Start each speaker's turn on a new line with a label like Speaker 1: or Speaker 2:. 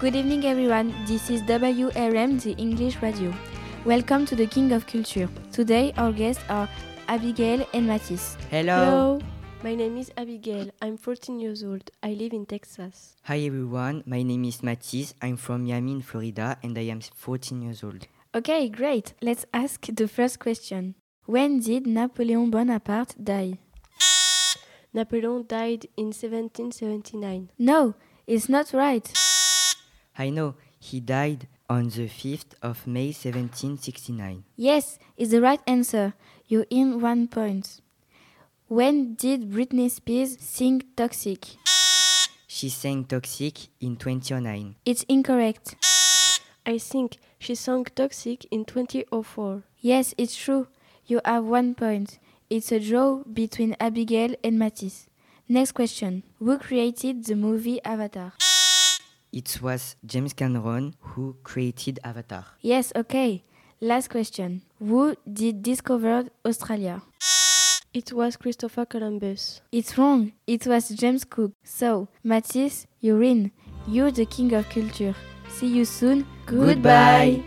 Speaker 1: Good evening, everyone. This is WRM, the English radio. Welcome to the King of Culture. Today, our guests are Abigail and Mathis.
Speaker 2: Hello.
Speaker 3: My name is Abigail. I'm 14 years old. I live in Texas.
Speaker 2: Hi everyone, my name is Mathis. I'm from Miami in Florida and I am 14 years old.
Speaker 1: Okay, great. Let's ask the first question. When did Napoleon Bonaparte die?
Speaker 3: Napoleon died in 1779.
Speaker 1: No, it's not right.
Speaker 2: I know he died on the 5th of May 1769.
Speaker 1: Yes, is the right answer. You in one point. When did Britney Spears sing Toxic?
Speaker 2: She sang Toxic in 2009.
Speaker 1: It's incorrect.
Speaker 3: I think she sang Toxic in 2004.
Speaker 1: Yes, it's true. You have one point. It's a draw between Abigail and Matisse. Next question. Who created the movie Avatar?
Speaker 2: It was James Cameron who created Avatar.
Speaker 1: Yes, okay. Last question. Who did discover Australia?
Speaker 3: It was Christopher Columbus.
Speaker 1: It's wrong. It was James Cook. So, Matisse, you're in. You're the king of culture. See you soon.
Speaker 2: Goodbye.